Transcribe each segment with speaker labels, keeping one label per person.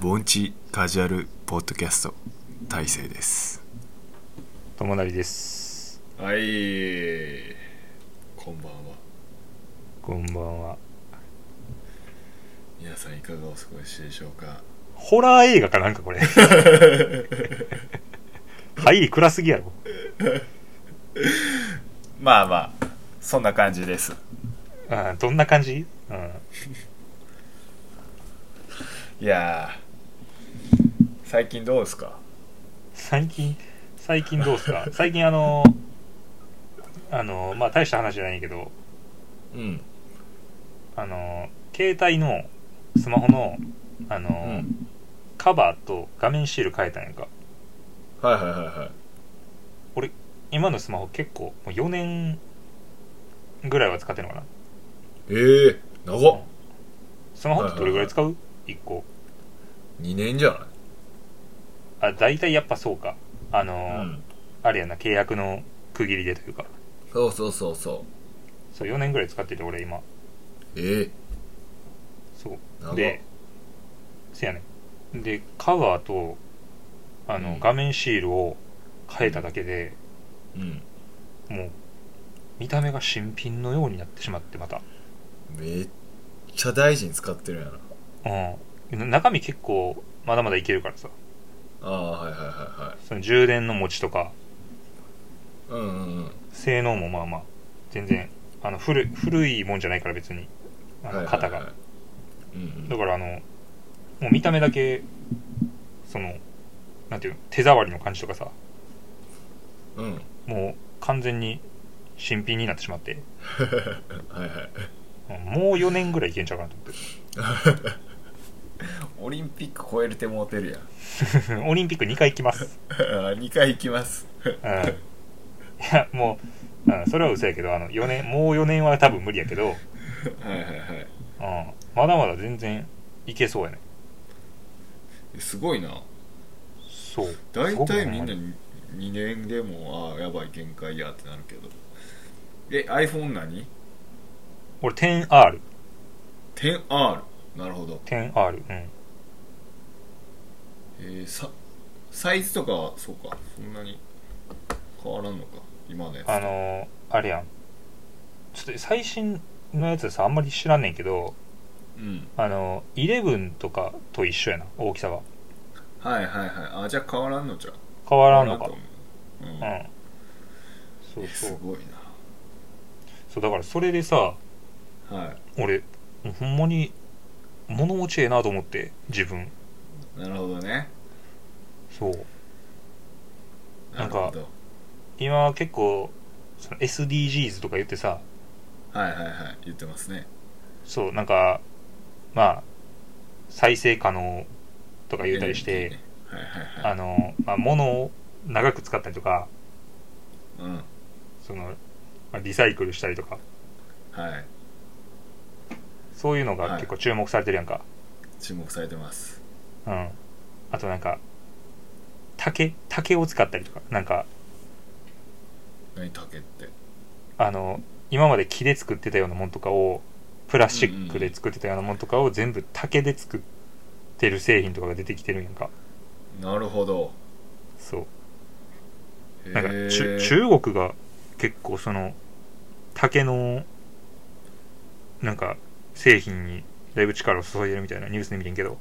Speaker 1: 盆地カジュアルポッドキャスト大成です
Speaker 2: 友成です
Speaker 3: はいこんばんは
Speaker 2: こんばんは
Speaker 3: 皆さんいかがお過ごしでしょうか
Speaker 2: ホラー映画かなんかこれ入り暗すぎやろ
Speaker 1: まあまあそんな感じです
Speaker 2: うんどんな感じうん
Speaker 1: いやー最近どうですか
Speaker 2: 最近最近どうすか最近あのあのまあ大した話じゃないけど
Speaker 1: うん
Speaker 2: あの携帯のスマホのあの、
Speaker 1: うん
Speaker 2: カバーと画面シール変えたんやんか
Speaker 1: はいはいはいはい
Speaker 2: 今のスマホ結構もう4年ぐらいは使ってるのかな
Speaker 1: ええ長っ
Speaker 2: スマホってどれぐらい使う ?1 個
Speaker 1: 2年じゃない
Speaker 2: あ大体やっぱそうかあのー、
Speaker 1: うん
Speaker 2: あれやな契約の区切りでというか
Speaker 1: そうそうそうそ
Speaker 2: そう4年ぐらい使ってて俺今
Speaker 1: うえ
Speaker 2: そ
Speaker 1: え長
Speaker 2: う
Speaker 1: っ
Speaker 2: でせやねんでカバーとあの、
Speaker 1: うん
Speaker 2: 画面シールを変えただけで、
Speaker 1: うん
Speaker 2: もう見た目が新品のようになってしまってまた
Speaker 1: めっちゃ大事に使ってるやな
Speaker 2: うん中身結構まだまだいけるからさ
Speaker 1: ああはいはいはいはい
Speaker 2: その充電の持ちとか
Speaker 1: うんうんうん
Speaker 2: 性能もまあまあ全然あの古い古いもんじゃないから別にあの
Speaker 1: は
Speaker 2: 型が
Speaker 1: いはいはいうんう
Speaker 2: だ
Speaker 1: ん
Speaker 2: からあのもう見た目だけそのなんていうの手触りの感じとかさ
Speaker 1: うん
Speaker 2: もう完全に新品になってしまって
Speaker 1: はいはい
Speaker 2: うんもう4年ぐらいいけんちゃうかなと
Speaker 3: オリンピック超える手もうてるやん
Speaker 2: 思って オリンピック2回行きます、
Speaker 3: 2回行きます
Speaker 2: うん、いやもう、うん、それは嘘やけどあの4年もう4年は多分無理やけど、うん、
Speaker 3: はいはいはい
Speaker 2: まだまだ全然いけそうやね
Speaker 3: えすごいな
Speaker 2: そう
Speaker 3: 大体みんな
Speaker 2: に
Speaker 3: 2年でもああやばい限界やってなるけどえ iPhone 何
Speaker 2: 俺 10R10R
Speaker 3: 10R なるほど、
Speaker 2: うん
Speaker 3: えー、さサイズとかはそうかそんなに変わらんのか今のやつ
Speaker 2: あのあれやんちょっと最新のやつさあんまり知らんねんけど
Speaker 3: うん
Speaker 2: あの11とかと一緒やな大きさが
Speaker 3: はいはいはいあじゃあ変わらんのじゃう
Speaker 2: 変わらんのか
Speaker 3: 変わらん
Speaker 2: う
Speaker 3: と思う、
Speaker 2: んそ
Speaker 3: うん、え
Speaker 2: うそ
Speaker 3: す
Speaker 2: う
Speaker 3: ごい
Speaker 2: そうだからそれでさ
Speaker 3: なはい
Speaker 2: 俺ほんまに物持ちええなと思って自分
Speaker 3: なるほどね
Speaker 2: そうなんか
Speaker 3: るほど
Speaker 2: 今結構その SDGs とか言ってさ
Speaker 3: はいはいはい言ってますね
Speaker 2: そうなんかまあ再生可能とか言ったりして、
Speaker 3: NFT ねはいはい
Speaker 2: あ
Speaker 3: はい
Speaker 2: の、まあ、物を長く使ったりとか
Speaker 3: うん
Speaker 2: そのまあリサイクルしたりとか
Speaker 3: はい
Speaker 2: そういうのが結構注目されてるやんか、
Speaker 3: 注目されてます
Speaker 2: うん、あとなんか竹竹を使ったりとかなんか
Speaker 3: 何竹って
Speaker 2: あの今まで木で作ってたようなもんとかをプラスチックで作ってたようなもんとかを全部竹で作ってる製品とかが出てきてるんやんか
Speaker 3: なるほど
Speaker 2: そうなんか
Speaker 3: へ
Speaker 2: ちゅ
Speaker 3: え
Speaker 2: 中国が結構その竹のなんか製品にだいぶ力を注いでるみたいなニュースで見てんけど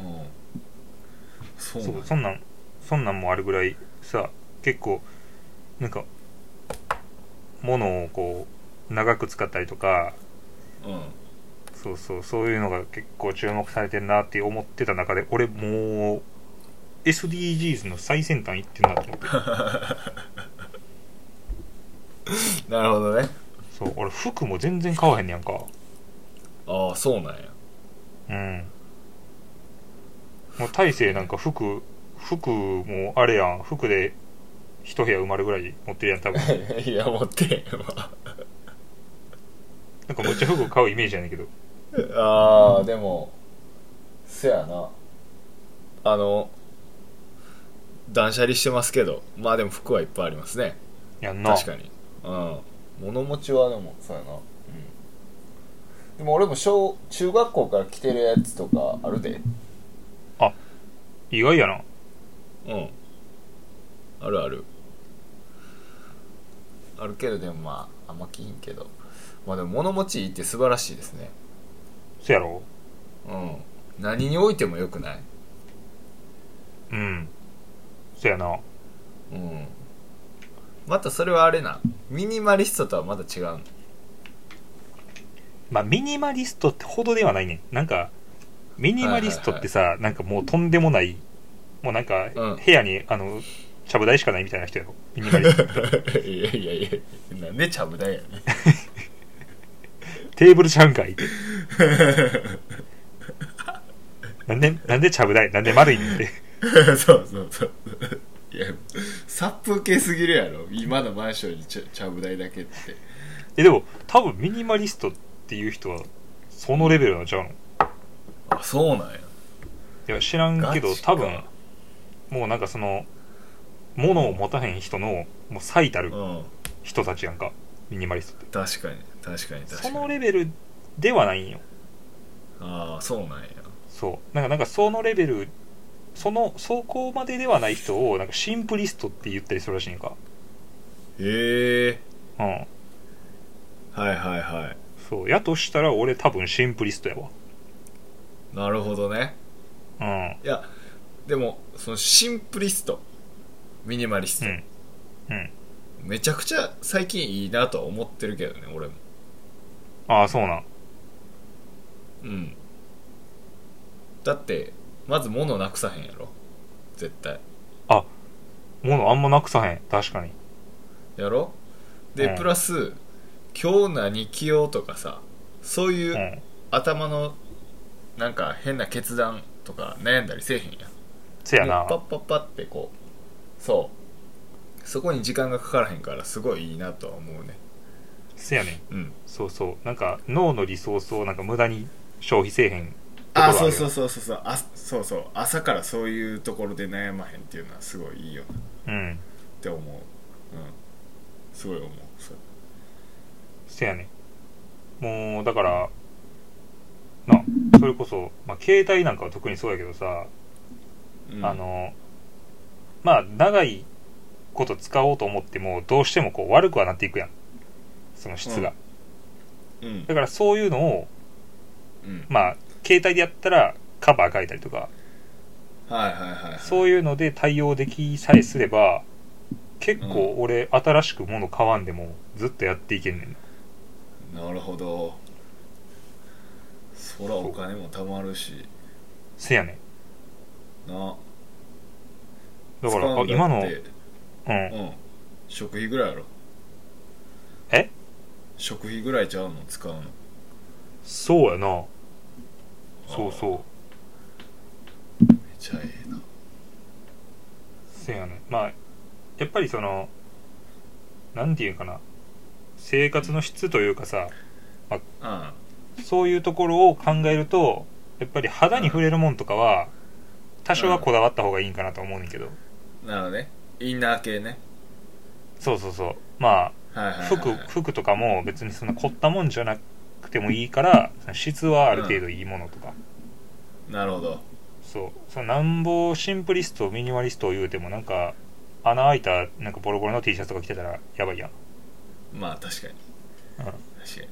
Speaker 3: うんそうな
Speaker 2: そ
Speaker 3: ん
Speaker 2: う
Speaker 3: だ
Speaker 2: そんなんそんなんもあるぐらいさ結構なんか物をこう長く使ったりとか
Speaker 3: うん
Speaker 2: そうそうそういうのが結構注目されてるなって思ってた中で俺もう SDGs の最先端行ってんなと思って
Speaker 1: なるほどね
Speaker 2: そう俺服も全然買わへんねやんか
Speaker 1: ああそうなんや
Speaker 2: うんもう大勢なんか服服もあれやん服で一部屋埋まるぐらい持ってるやん多分
Speaker 1: いや持 ってへんわ
Speaker 2: なんかめっちゃ服買うイメージやねんけど
Speaker 1: ああでもせやなあの断捨離してますけどまあでも服はいっぱいありますね
Speaker 2: やんな
Speaker 1: 確かにうん物持ちはでもそうやなうんでも俺も小中学校から着てるやつとかあるで
Speaker 2: あ意外やな。
Speaker 1: うんあるあるあるけどでもまああんま着ひんけどまあでも物持ちいいって素晴らしいですね
Speaker 2: そやろ
Speaker 1: うん何においてもよくない
Speaker 2: うん。そやな。
Speaker 1: うんまたそれはあれなミニマリストとはまた違うの
Speaker 2: まあ、ミニマリストってほどではないねん。なんか、ミニマリストってさ、なんかもうとんでもない、もうなんか、
Speaker 1: うん
Speaker 2: 部屋に、あの、ちゃぶ台しかないみたいな人やろ。ミニマリス ト。
Speaker 1: いやいやいやなんでちゃぶ台やねん
Speaker 2: テーブルちゃうんかいって。 なんで、なんでちゃぶ台なんで丸いんって。
Speaker 3: そうそうそういや殺風景すぎるやろ今のマンションにちゃちゃぶ台だけって
Speaker 2: え、でも、多分ミニマリストっていう人は、そのレベルなんちゃうの
Speaker 1: あそうなんや
Speaker 2: いや知らんけど
Speaker 1: ガチか
Speaker 2: 多分もうなんかその物を持たへん人のもう最たる
Speaker 1: うん
Speaker 2: 人たちやんかミニマリストって
Speaker 1: 確かに確かに確か
Speaker 2: そ
Speaker 1: に
Speaker 2: のレベルではないんよ
Speaker 1: ああそうなんや
Speaker 2: そうなんかなんかそのレベルそのそこまでではない人をなんかシンプリストって言ったりするらしいんやんか
Speaker 1: へえ
Speaker 2: うん
Speaker 1: はいはいはい
Speaker 2: そうやとしたら俺多分シンプリストやわ
Speaker 1: なるほどね
Speaker 2: うん
Speaker 1: いやでもそのシンプリストミニマリスト、
Speaker 2: うんうん
Speaker 1: めちゃくちゃ最近いいなとは思ってるけどね俺も
Speaker 2: ああそうなん
Speaker 1: うんだってまず物なくさへんやろ絶対
Speaker 2: 物あんまなくさへん確かに
Speaker 1: やろで、
Speaker 2: うん
Speaker 1: プラス今日何着ようとかさそういううん頭のなんか変な決断とか悩んだりせえへんやん
Speaker 2: せや
Speaker 1: もうパッ
Speaker 2: な
Speaker 1: パッパッってこうそうそこに時間がかからへんからすごいいいなとは思うね
Speaker 2: せやねん
Speaker 1: うん
Speaker 2: そうそうなんか脳のリソースをなんか無駄に消費せえへんところ
Speaker 3: あ
Speaker 2: る
Speaker 3: そうそうそうそうそうあそうそう朝からそういうところで悩まへんっていうのはすごいいいよなっ
Speaker 2: うん
Speaker 3: て思ううんすごい思うそう
Speaker 2: せやねんもうだからなそれこそ、まあ、携帯なんかは特にそうやけどさ、
Speaker 3: うん
Speaker 2: あのまあ長いこと使おうと思ってもどうしてもこう悪くはなっていくやんその質が、
Speaker 3: うん
Speaker 2: だからそういうのを
Speaker 3: うん
Speaker 2: まあ携帯でやったらカバー変えたりとか
Speaker 3: はいはいはいはい
Speaker 2: そういうので対応できさえすれば結構俺新しく物買わんでもずっとやっていけんねんな
Speaker 3: なるほどそらお金も貯まるし
Speaker 2: せやねん
Speaker 3: な
Speaker 2: だから
Speaker 3: 使
Speaker 2: あ
Speaker 3: うん
Speaker 2: 今
Speaker 3: っ
Speaker 2: の、
Speaker 3: て
Speaker 2: うん、
Speaker 3: うん食費ぐらいやろ
Speaker 2: え
Speaker 3: 食費ぐらいちゃうの使うの
Speaker 2: そうやなそう
Speaker 3: うめ
Speaker 2: そう
Speaker 3: ちゃええな
Speaker 2: せやねんまあやっぱりそのなんていうんかな生活の質というかさ
Speaker 3: あ
Speaker 2: そういうところを考えるとやっぱり肌に触れるもんとかは多少はこだわった方がいいんかなと思うねんけど、
Speaker 3: あなるほどねインナー系ね
Speaker 2: そうそうそうま
Speaker 3: はいはい
Speaker 2: あ
Speaker 3: はい、はい、
Speaker 2: 服服とかも別にそんな凝ったもんじゃなくてもいいから質はある程度いいものとか、
Speaker 3: なるほど
Speaker 2: そうそのなんぼシンプリストミニマリストを言うてもなんか穴開いたなんかボロボロの T シャツとか着てたらやばいやん
Speaker 3: まあ確かに
Speaker 2: うん
Speaker 3: 確かに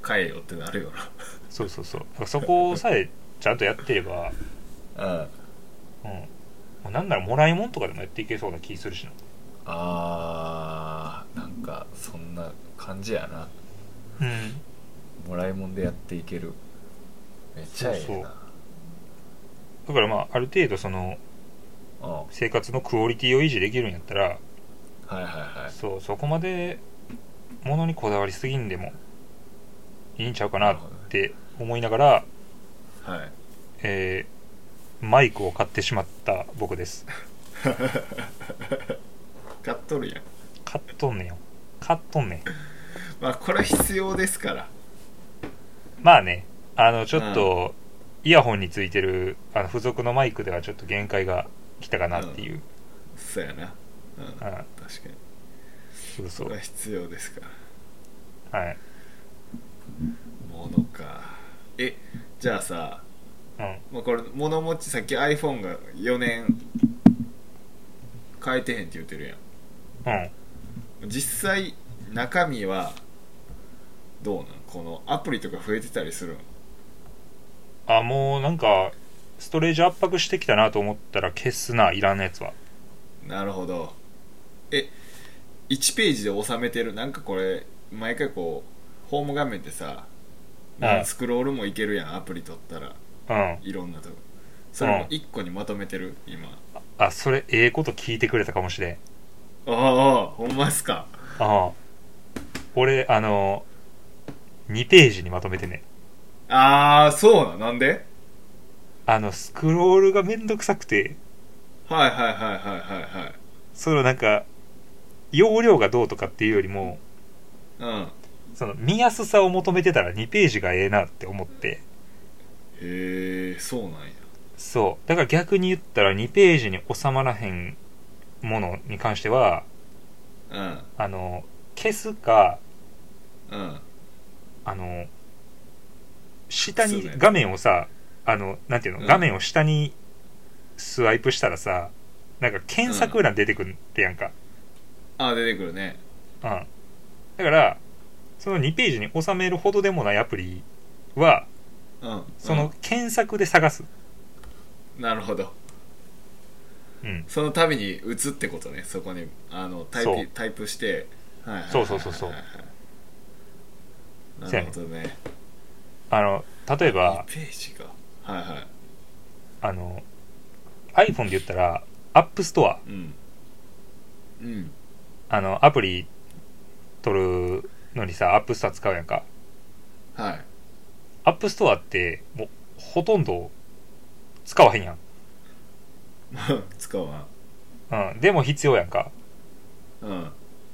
Speaker 3: 買えよってなるよな
Speaker 2: そうそうそうだからそこさえちゃんとやってれば、
Speaker 1: うんあ
Speaker 2: うんまあ、なんならもらいもんとかでもやっていけそうな気するしな
Speaker 1: あーなんかそんな感じやな
Speaker 2: うん
Speaker 1: もらいもんでやっていけるめっちゃええな
Speaker 2: だからまあある程度その
Speaker 1: うんは
Speaker 2: 生活のクオリティを維持できるんやったら
Speaker 1: いはいはい
Speaker 2: そうそこまでものにこだわりすぎんでもいいんちゃうかなって思いながら、
Speaker 3: はい
Speaker 2: えーマイクを買ってしまった僕です
Speaker 3: 買っとるやん
Speaker 2: 買っとんねんよ買っとんねん
Speaker 3: まあこれ必要ですから
Speaker 2: まあねあのちょっと、イヤホンについてるあの付属のマイクではちょっと限界が来たかなっていう、
Speaker 3: そうやなうん確
Speaker 2: う
Speaker 3: か
Speaker 2: ん
Speaker 3: に
Speaker 2: そうそ
Speaker 3: これは
Speaker 2: う
Speaker 3: 必要ですから
Speaker 2: はい
Speaker 3: ものかえじゃあさ
Speaker 2: うん
Speaker 3: まあ、これ物持ちさっき iPhone が4年変えてへんって言ってるや
Speaker 2: うん
Speaker 3: ん実際中身はどうなんこのアプリとか増えてたりするん
Speaker 2: あもうなんかストレージ圧迫してきたなと思ったら消すないらんやつは
Speaker 3: なるほどえ1ページで収めてるなんかこれ毎回こうホーム画面でさ何スクロールもいけるやんアプリ取ったら
Speaker 2: うん
Speaker 3: いろんなとこそれも1個にまとめてる今
Speaker 2: あそれええこと聞いてくれたかもしれん
Speaker 3: ああほんまっすか
Speaker 2: ああ俺あの2ページにまとめてね
Speaker 3: ああそうなんなんで
Speaker 2: あのスクロールがめんどくさくて
Speaker 3: はいはいはいはいはいはい
Speaker 2: そのなんか容量がどうとかっていうよりも
Speaker 3: うん
Speaker 2: その見やすさを求めてたら2ページがええなって思って
Speaker 3: へえそうなんや
Speaker 2: そうだから逆に言ったら2ページに収まらへんものに関してはあの消すか
Speaker 3: うんうん
Speaker 2: あの下
Speaker 3: そう
Speaker 2: に
Speaker 3: ね
Speaker 2: 画面をさあのなんていうの、
Speaker 3: うん
Speaker 2: 画面を下にスワイプしたらさなんか検索欄出てくるってやんか、
Speaker 3: ああ出てくるね
Speaker 2: うん、だからその2ページに収めるほどでもないアプリは
Speaker 3: うん
Speaker 2: その、検索で探す、
Speaker 3: うんなるほど
Speaker 2: うん、
Speaker 3: その度に打つってことねそこにあのタイ
Speaker 2: そう
Speaker 3: プタイプして、はいはいはいはい
Speaker 2: そうそうそうそう
Speaker 3: なるほどね
Speaker 2: あの例えば
Speaker 3: 2ページかはいはい
Speaker 2: あの iPhone で言ったら App Store
Speaker 3: うんうん
Speaker 2: あのアプリ取るのにさ App Store 使うやんか
Speaker 3: はい
Speaker 2: アップストアってもうほとんど使わへんや
Speaker 3: まあ使わ
Speaker 2: ん、うん、でも必要やんか
Speaker 3: んうん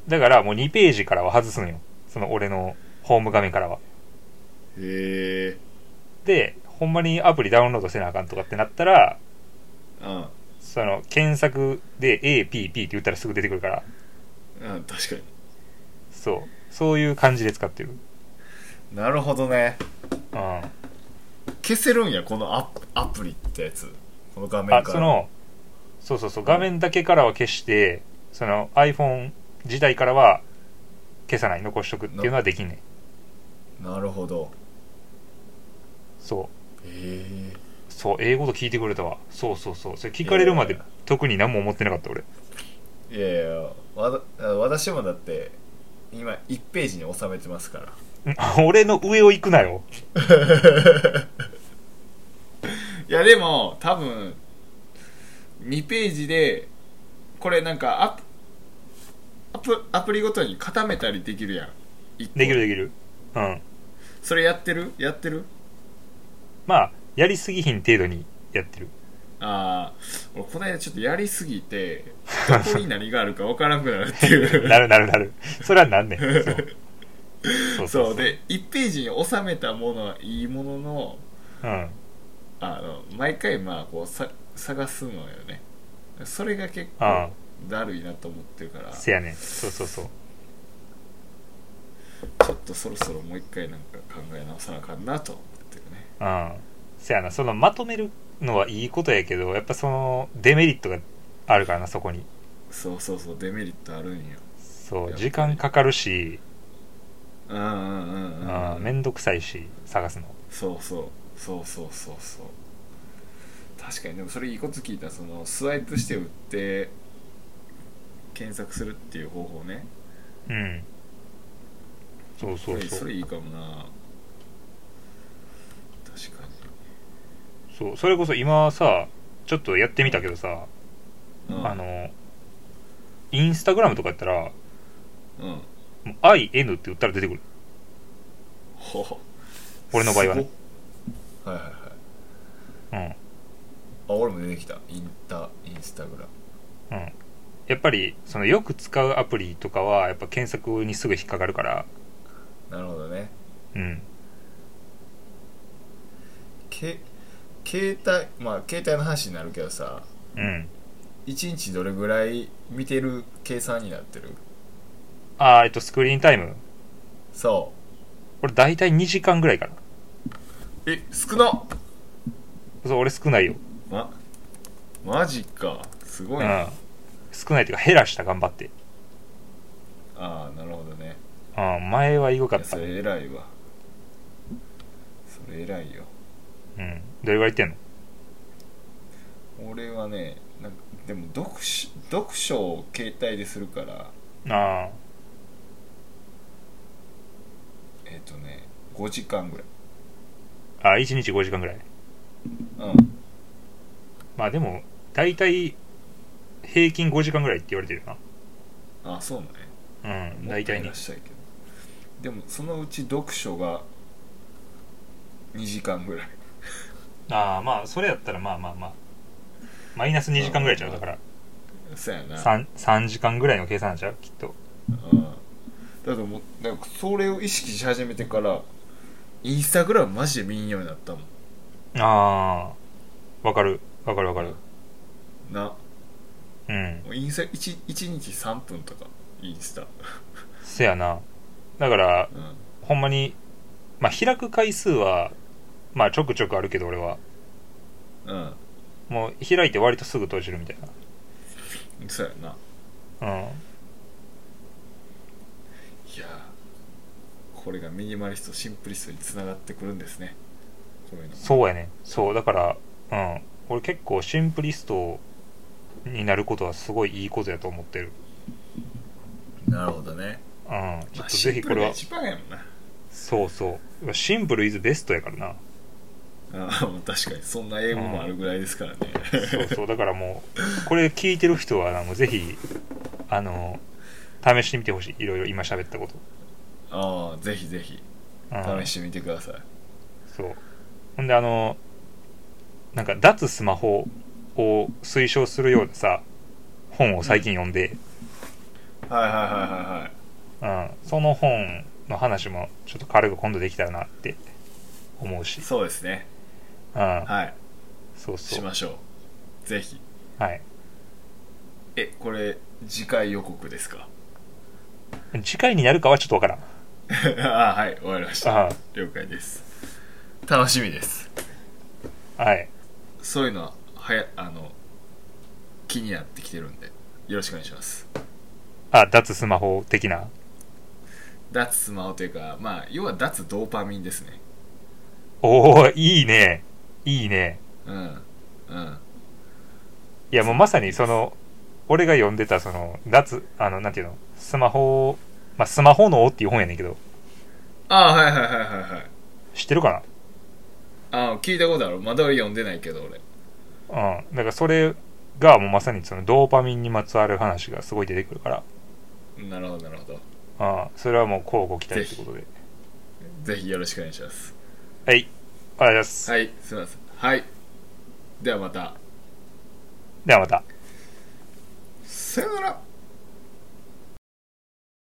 Speaker 2: だからもう2ページからは外すのよその俺のホーム画面からは
Speaker 3: へえ
Speaker 2: でほんまにアプリダウンロードせなあかんとかってなったら
Speaker 3: うん
Speaker 2: その検索で APP って言ったらすぐ出てくるから
Speaker 3: うん、確かに
Speaker 2: そうそういう感じで使ってる
Speaker 3: なるほどね
Speaker 2: うんあ
Speaker 3: 消せるんやこのアプアプリってやつこの画面から
Speaker 2: そのそうそうそう画面だけからは消してその iPhone 自体からは消さない残しとくっていうのはできんねん
Speaker 3: なるほど
Speaker 2: そう
Speaker 3: へえ
Speaker 2: そう英語と聞いてくれたわそうそうそうそれ聞かれるまで特に何も思ってなかった俺
Speaker 1: いやいやわだ私もだって今1ページに収めてますから
Speaker 2: うん俺の上を行くなよ
Speaker 3: いやでも多分2ページでこれなんかアプアプアプリごとに固めたりできるやん一個
Speaker 2: できるできるうん
Speaker 3: それやってるやってる
Speaker 2: まあやりすぎひん程度にやってる
Speaker 3: ああ俺この間ちょっとやりすぎてどこに何があるか分からなくなるっていう
Speaker 2: なるなるなるそれはなんねん そうそうそう
Speaker 3: そうで1ページに収めたものはいいものの
Speaker 2: うん
Speaker 3: あの毎回まあこうさ探すのよねそれが結
Speaker 2: あ
Speaker 3: 構だるいなと思ってるから
Speaker 2: せやねんそうそうそう
Speaker 3: ちょっとそろそろもう一回なんか考え直さなあかんなと思ってるね
Speaker 2: うんせやなそのまとめるのはいいことやけどやっぱそのデメリットがあるからなそこに
Speaker 3: そうそうそうデメリットあるんよ
Speaker 2: そう時間かかるし
Speaker 3: うんうんうん
Speaker 2: う
Speaker 3: うん
Speaker 2: んめんどくさいし探すの
Speaker 3: そうそうそうそうそうそう確かにでもそれいいこと聞いたそのスワイプして売って検索するっていう方法ね
Speaker 2: うんそうそう
Speaker 3: これ
Speaker 2: そう
Speaker 3: それいいかもな確か
Speaker 2: そうそれこそ今さちょっとやってみたけどさ、
Speaker 3: に、うん、
Speaker 2: あのインスタグラムとかやったらも
Speaker 3: うん
Speaker 2: う IN って打ったら出てくる
Speaker 3: ほほ
Speaker 2: 俺の場合はね
Speaker 1: はいはいはいあ
Speaker 2: うん
Speaker 1: 俺も出てきたインタインスタグラム
Speaker 2: うんやっぱりそのよく使うアプリとかはやっぱ検索にすぐ引っかかるから
Speaker 1: なるほどね
Speaker 2: うん
Speaker 1: け携帯まあ携帯の話になるけどさ
Speaker 2: うん
Speaker 1: 1日どれぐらい見てる計算になってる
Speaker 2: あーえっとスクリーンタイム
Speaker 1: そ
Speaker 2: これ大体2時間ぐらいかな
Speaker 1: うえ少な
Speaker 2: そう俺少ないよ、
Speaker 3: ま、マジかすご
Speaker 2: う
Speaker 3: いな、
Speaker 2: ん、少ないっていうか減らした頑張って、
Speaker 3: ああなるほどね
Speaker 2: うん、前は良
Speaker 3: い
Speaker 2: か
Speaker 3: や
Speaker 2: った、
Speaker 3: そうれ偉いわそれ偉いよ
Speaker 2: ん、どれぐらいいってんの
Speaker 3: 俺はねなんかでも読書読書を携帯でするから
Speaker 2: あ
Speaker 3: えっ、とね5時間ぐらい
Speaker 2: ーあ1日5時間ぐらい
Speaker 3: うん
Speaker 2: まあでも大体平均5時間ぐらいって言われてる
Speaker 3: あそうね
Speaker 2: なうん
Speaker 3: もっ
Speaker 2: 大
Speaker 3: と
Speaker 2: 体
Speaker 3: 減
Speaker 2: ね
Speaker 3: らしたいけどでもそのうち読書が2時間ぐらい
Speaker 2: ああまあそれやったらまあまあまあマイナス2時間ぐらいちゃうだから
Speaker 3: そうやな
Speaker 2: 3, 3時間ぐらいの計算なんちゃうきっと
Speaker 3: うんだからもうだからそれを意識し始めてからインスタグラムマジで見んようになったもん
Speaker 2: ああわかるわかるわかる
Speaker 3: な
Speaker 2: うん
Speaker 3: もうインスタ 1, 一日3分とかインスタ
Speaker 2: せやなだから
Speaker 3: うん
Speaker 2: ほんまにまあ開く回数はまあちょくちょくあるけど俺は
Speaker 3: うん
Speaker 2: もう開いて割とすぐ閉じるみたい
Speaker 3: そうやな
Speaker 2: なうん
Speaker 3: いやーこれがミニマリストシンプリストにつながってくるんですねこういうの
Speaker 2: そうやねそうだからうん俺結構シンプリストになることはすごいいいことやと思ってる
Speaker 3: なるほどね、
Speaker 2: うんちょ
Speaker 3: まあ、
Speaker 2: っとぜ
Speaker 3: シン
Speaker 2: ひ
Speaker 3: プ
Speaker 2: こ
Speaker 3: ル
Speaker 2: れ
Speaker 3: が
Speaker 2: は
Speaker 3: 一番やもんな
Speaker 2: そうそうシンプルイズベストやからな
Speaker 3: あー確かにそんな英語もあるぐらいですからね、
Speaker 2: そうそうだからもうこれ聞いてる人はなもうぜひあの試してみてほしいいろいろ今喋ったこと、
Speaker 3: ああぜひぜひ
Speaker 2: うん、
Speaker 3: 試してみてください、
Speaker 2: そうほんであのなんか脱スマホを推奨するようなさ本を最近読んで、
Speaker 3: はいはいはいはいはい
Speaker 2: うん、その本の話もちょっと軽く今度できたらなって思うし、
Speaker 3: そうですね
Speaker 2: うん、
Speaker 3: はい
Speaker 2: そう
Speaker 3: し
Speaker 2: そう
Speaker 3: ましょうぜひ
Speaker 2: はい
Speaker 3: えこれ次回予告ですか
Speaker 2: 次回になるかはちょっとわからん
Speaker 3: ああはい終わりました
Speaker 2: あ
Speaker 3: 了解です楽しみです
Speaker 2: はい
Speaker 3: そういうのははやあの気になってきてるんでよろしくお願いします
Speaker 2: あ脱スマホ的な
Speaker 3: 脱スマホというかまあ要は脱ドーパミンですね
Speaker 2: おおいいねいいね
Speaker 3: うんうん
Speaker 2: いやもうまさにその俺が読んでたその脱あのなんていうのスマホをまあスマホの王っていう本やねんけど
Speaker 3: ああはいはいはいはいはい
Speaker 2: 知ってるか
Speaker 3: ああ聞いたことあるまだ俺読んでないけど俺
Speaker 2: なうんだからそれがもうまさにそのドーパミンにまつわる話がすごい出てくるか
Speaker 3: なるほどなるほど
Speaker 2: ら、うん、それはもう乞うご期待ってことで
Speaker 3: ぜひよろしくお願いします
Speaker 2: はいありがとうございます、
Speaker 3: はいすいませんはいではまた
Speaker 2: ではまた
Speaker 3: さよなら